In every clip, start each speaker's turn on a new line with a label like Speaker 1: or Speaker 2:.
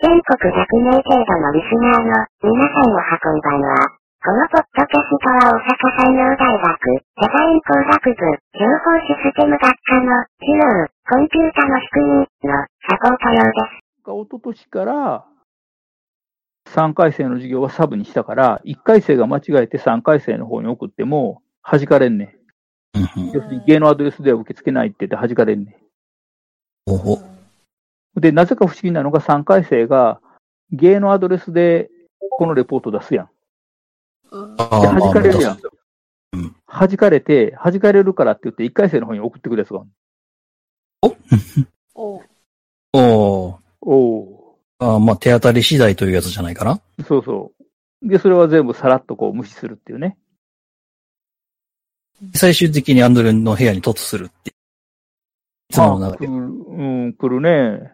Speaker 1: 全国100名程度のリスナーの皆さんを運んばんは、このポッドキャストは大阪産業大学デザイン工学部情報システム学科の授業コンピュータの仕組みのサポート用です。
Speaker 2: が一昨年から3回生の授業はサブにしたから、1回生が間違えて3回生の方に送っても弾かれんねん。要するに芸能アドレスでは受け付けないって言って弾かれんね
Speaker 3: おお。
Speaker 2: ん。で、なぜか不思議なのが3回生が芸能アドレスでこのレポート出すやん。
Speaker 3: あ
Speaker 2: で、弾かれるやん。
Speaker 3: うん
Speaker 2: 弾かれて、弾かれるからって言って1回生の方に送ってくるやつがある。
Speaker 4: お
Speaker 3: おお
Speaker 2: おお
Speaker 3: ー。ああ、まあ、手当たり次第というやつじゃないかな。
Speaker 2: ー。そうそう。で、それは全部さらっとこう無視するっていうね。
Speaker 3: 最終的にアンドレの部屋に突するって。いつもの中
Speaker 2: 来
Speaker 3: で。
Speaker 2: る、うん、来るね。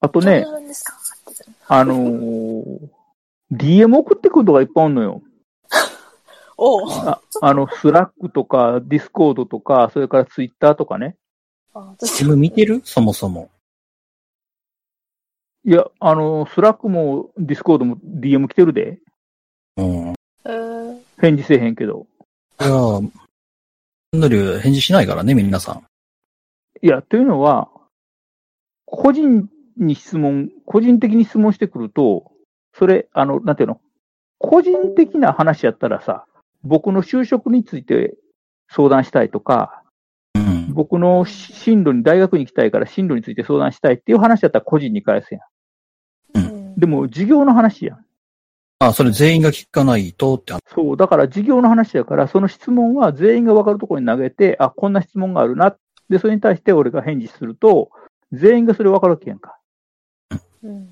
Speaker 2: あと
Speaker 4: どう
Speaker 2: ね
Speaker 4: や、るんですか
Speaker 2: あのー DM 送ってくるとかいっぱいあるのよ。
Speaker 4: おう
Speaker 2: ああの、スラックとか、ディスコードとか、それからツイッターとかね。
Speaker 4: あ私
Speaker 3: DM 見てるそもそも。
Speaker 2: いや、あのースラックもディスコードも DM 来てるで。
Speaker 3: うん。
Speaker 4: えー
Speaker 2: 返事せえへんけど。
Speaker 3: いやー、アンドリュー返事しないからね、皆さん。
Speaker 2: いや、というのは、個人に質問、個人的に質問してくると、それ、あの、なんていうの、個人的な話やったらさ、僕の就職について相談したいとか、
Speaker 3: うん。
Speaker 2: 僕の進路に、大学に行きたいから進路について相談したいっていう話だったら個人に返すや
Speaker 4: うん
Speaker 2: ん。でも、事業の話やん。
Speaker 3: あ、それ全員が聞かないとって、
Speaker 2: そう、だから事業の話やから、その質問は全員が分かるところに投げて、あ、こんな質問があるな。で、それに対して俺が返事すると、全員がそれ分かるわけやんか。
Speaker 4: うん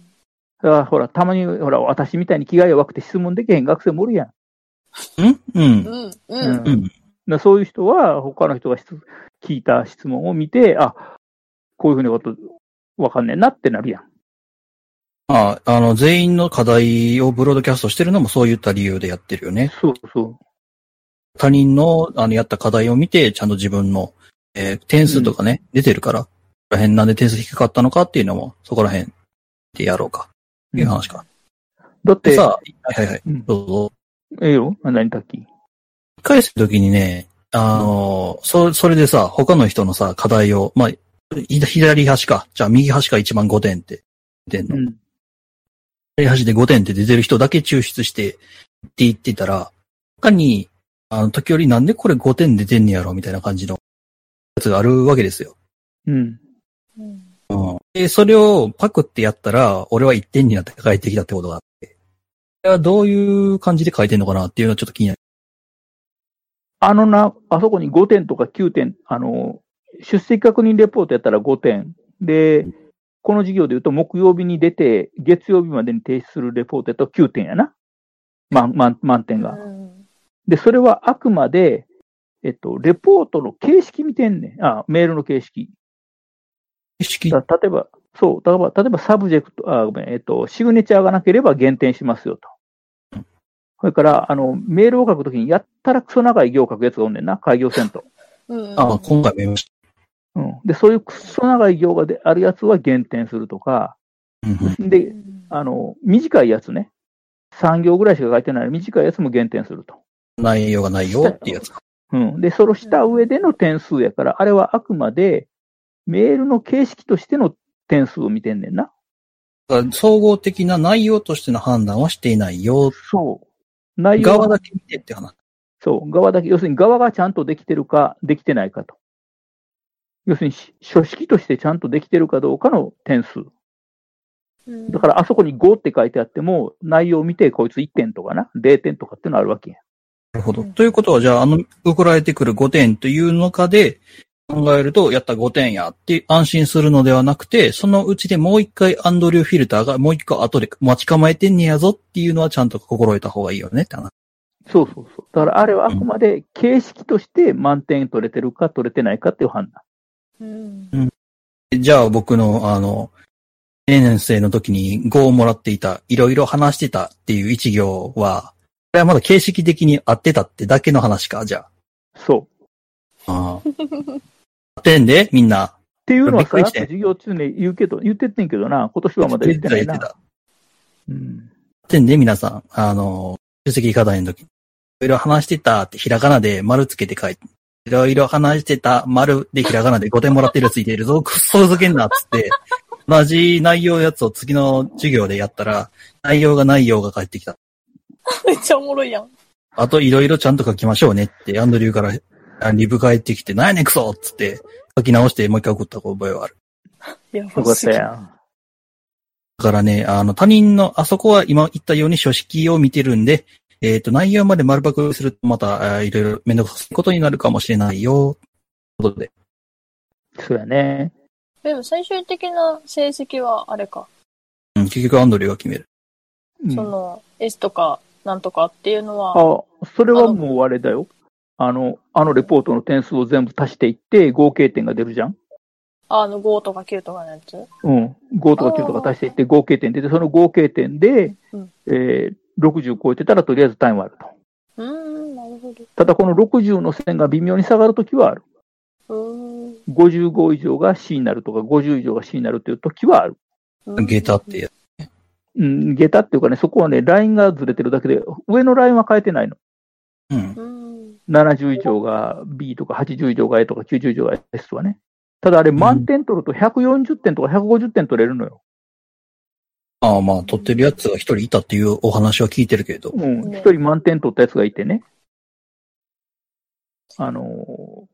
Speaker 2: だから、ほら、たまに、ほら、私みたいに気が弱くて質問できへん学生もおるやん。
Speaker 3: んうん。
Speaker 4: うん
Speaker 2: う
Speaker 4: うんん
Speaker 3: うん
Speaker 2: だからそういう人は、他の人が質聞いた質問を見て、あ、こういうふうなこと分かんねえなってなるやん。
Speaker 3: ああの、全員の課題をブロードキャストしてるのもそういった理由でやってるよね。
Speaker 2: そうそう。
Speaker 3: 他人の、あの、やった課題を見て、ちゃんと自分の、えー点数とかね、出てるから、ここら辺なんで点数低かったのかっていうのも、そこら辺でやろうか、っていう話か。
Speaker 2: だって、
Speaker 3: でさ、はいはいはい、
Speaker 2: うん
Speaker 3: どうぞ。
Speaker 2: ええよ、何タッキー。
Speaker 3: 返すときにね、あのー、そ、それでさ、他の人のさ、課題を、まあ、ひ左端か、じゃあ右端か1番5点って出てんの。
Speaker 2: ん。
Speaker 3: 左端で5点って出てる人だけ抽出して、って言ってたら、他に、あの、時折なんでこれ5点出てんねやろみたいな感じのやつがあるわけですよ。
Speaker 2: うん。
Speaker 4: うん
Speaker 3: で、それをパクってやったら、俺は1点になって帰ってきたってことがあって。これはどういう感じで書いてんのかなっていうのはちょっと気になる。
Speaker 2: あのな、あそこに5点とか9点、あの、出席確認レポートやったら5点。で、この授業で言うと木曜日に出て、月曜日までに提出するレポートやったら9点やな。満、満、満点が。
Speaker 4: うん
Speaker 2: で、それはあくまで、えっと、レポートの形式見てんねん。あ、メールの形式。
Speaker 3: 意識
Speaker 2: だ例えば、そう、例えば、例えばサブジェクト、あ、ごめん、えっと、シグネチャーがなければ減点しますよと。それから、あの、メールを書くときに、やったらクソ長い行を書くやつがおんねんな、開業せんと。
Speaker 4: うん、
Speaker 3: あ、今回も言いまし
Speaker 2: うん。で、そういうクソ長い行がであるやつは減点するとか、
Speaker 3: た。うんうん
Speaker 2: で、あの、短いやつね、3行ぐらいしか書いてない短いやつも減点すると。
Speaker 3: 内容がないよっていうやつか。
Speaker 2: うん。で、そのした上での点数やから、あれはあくまで、メールの形式としての点数を見てんねんな。
Speaker 3: だから総合的な内容としての判断はしていないよ。
Speaker 2: そう。内容は
Speaker 3: 側だけ見てって話。
Speaker 2: そう、側だけ、要するに側がちゃんとできてるか、できてないかと。要するにし、書式としてちゃんとできてるかどうかの点数。だからら、あそこに5って書いてあっても、内容を見て、こいつ1点とかな、0点とかってのあるわけや。
Speaker 3: なるほど。ということは、じゃあ、あの、送られてくる5点という中で考えると、やった5点やって安心するのではなくて、そのうちでもう一回アンドリューフィルターがもう一個後で待ち構えてんねやぞっていうのはちゃんと心得た方がいいよねって話。
Speaker 2: そうそうそう。だから、あれはあくまで形式として満点取れてるか取れてないかっていう判断。
Speaker 4: うん
Speaker 3: じゃあ僕の、あの、年年生の時に5をもらっていた、いろいろ話してたっていう一行は、これはまだ形式的に合ってたってだけの話か、じゃ
Speaker 2: そう。っ
Speaker 3: あ。ああ合ってんで、みんな。
Speaker 2: ていうのはさ、
Speaker 3: び
Speaker 2: やっぱ
Speaker 3: っくりして
Speaker 2: 授業中に言うけど、言ってってんけどな、今年はまだ言ってない
Speaker 3: 言って
Speaker 2: な。
Speaker 3: た。
Speaker 2: うん。
Speaker 3: 点で皆さん、あの、出席課題の時、いろいろ話してたってひらがなで丸つけて書いて、いろいろ話してた丸でひらがなで5点もらってるやついてるぞ、くっそ続けんなっつって、同じ内容のやつを次の授業でやったら、内容が内容が返ってきた。
Speaker 4: めっちゃおもろいやん。
Speaker 3: あといろいろちゃんと書きましょうねって、アンドリューからあリブ返ってきて、なんやねんクソっつって、書き直してもう一回送った覚えはある。
Speaker 4: やば
Speaker 2: よかっ
Speaker 4: す
Speaker 2: た
Speaker 4: ぎる
Speaker 2: やん。
Speaker 3: だからね、あの、他人の、あそこは今言ったように書式を見てるんで、えっ、と、内容まで丸パクリするとまた、あーいろいろめんどくさいことになるかもしれないよ、ということで。
Speaker 2: そうやね。
Speaker 4: でも最終的な成績はあれか、
Speaker 3: うん、結局アンドリューが決める。
Speaker 2: うん
Speaker 4: その S とかなんとかっていうのは、
Speaker 2: あ、それはもうあれだよ。あの、あのレポートの点数を全部足していって、合計点が出るじゃん。
Speaker 4: あの5とか9とかのやつ
Speaker 2: うん。5とか9とか足していって、合計点出て、その合計点で、
Speaker 4: うん
Speaker 2: えー60超えてたらとりあえずタイムあると。
Speaker 4: うーん、なるほ
Speaker 2: ただこの60の線が微妙に下がるときはある。
Speaker 4: ど。う
Speaker 2: 55以上が C になるとか、50以上が C になるというときはある。
Speaker 4: ーん。
Speaker 3: 下駄ってやつ。
Speaker 2: うん、下駄っていうかね、そこはね、ラインがずれてるだけで、上のラインは変えてないの。
Speaker 3: うん。
Speaker 4: うーん。
Speaker 2: 70以上が B とか、80以上が A とか、90以上が S とかね。ただあれ、満点取ると140点とか150点取れるのよ。
Speaker 3: ああ、まあ、撮ってるやつが一人いたっていうお話は聞いてるけど。
Speaker 2: うん。
Speaker 4: ね
Speaker 2: 一人満点取ったやつがいてね。あのー